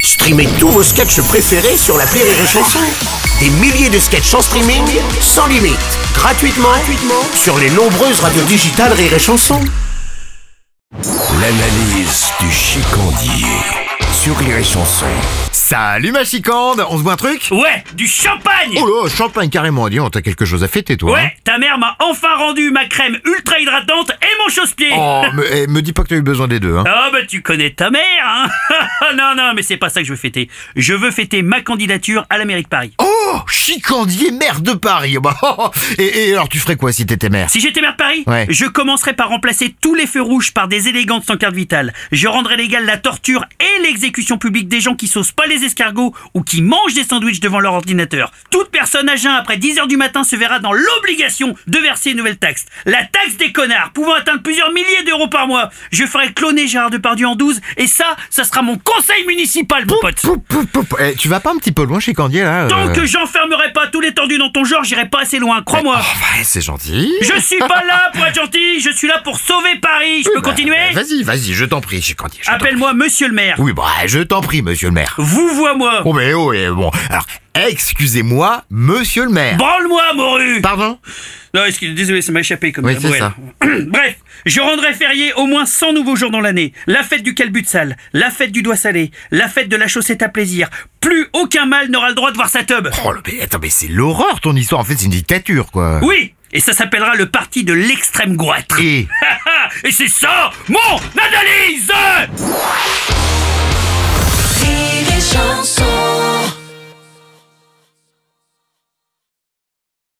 Streamez tous vos sketchs préférés sur la Rire et Chanson. Des milliers de sketchs en streaming, sans limite, gratuitement, gratuitement sur les nombreuses radios digitales Rire et Chanson. L'analyse du chicandier sur Rire et Chanson. Salut ma chicande, on se boit un truc Ouais, du champagne Oh là, champagne carrément, dis donc, t'as quelque chose à fêter toi hein Ouais, ta mère m'a enfin rendu ma crème ultra hydratante et mon chausse-pied Oh, me, eh, me dis pas que t'as eu besoin des deux, hein Ah bah tu connais ta mère, hein Non, non, mais c'est pas ça que je veux fêter. Je veux fêter ma candidature à la mairie de Paris. Oh, chicandier maire de Paris bah, oh, oh. et, et alors tu ferais quoi si t'étais maire Si j'étais maire de Paris, Ouais. je commencerais par remplacer tous les feux rouges par des élégantes sans carte vitale. Je rendrais légale la torture et l'exécution publique des gens qui saucent pas les escargots ou qui mangent des sandwichs devant leur ordinateur. Toute personne à jeun après 10h du matin se verra dans l'obligation de verser une nouvelle taxe. La taxe des connards, pouvant atteindre plusieurs milliers d'euros par mois. Je ferai cloner Gérard Depardieu en 12 et ça, ça sera mon conseil municipal, mon pote. Pou, pou, pou, pou. Eh, Tu vas pas un petit peu loin chicandier là Tant euh que j'enfermerai pas tous les tordus dans ton genre, j'irai pas assez loin, crois-moi. Oh, ouais, c'est gentil Je suis pas là pour être gentil, je suis là pour sauver Paris. Je peux Bah, continuer Vas-y, vas-y, je t'en prie chicandier, je t'en prie. Appelle-moi monsieur le maire. Oui, bah, je t'en prie monsieur le maire Vous vois moi. Oh mais oh, eh, bon, alors, excusez-moi monsieur le maire Branle-moi, morue. Pardon Non, excusez, désolé, ça m'a échappé comme Bah. Oui, ça, c'est Morel. ça. Bref, je rendrai férié au moins 100 nouveaux jours dans l'année. La fête du calbut sale, la fête du doigt salé, la fête de la chaussette à plaisir. Plus aucun mâle n'aura le droit de voir sa teub. Oh, mais attends, mais c'est l'horreur ton histoire, en fait c'est une dictature quoi Oui, et ça s'appellera le parti de l'extrême droite. Et... Et c'est ça mon analyse Rire et chanson.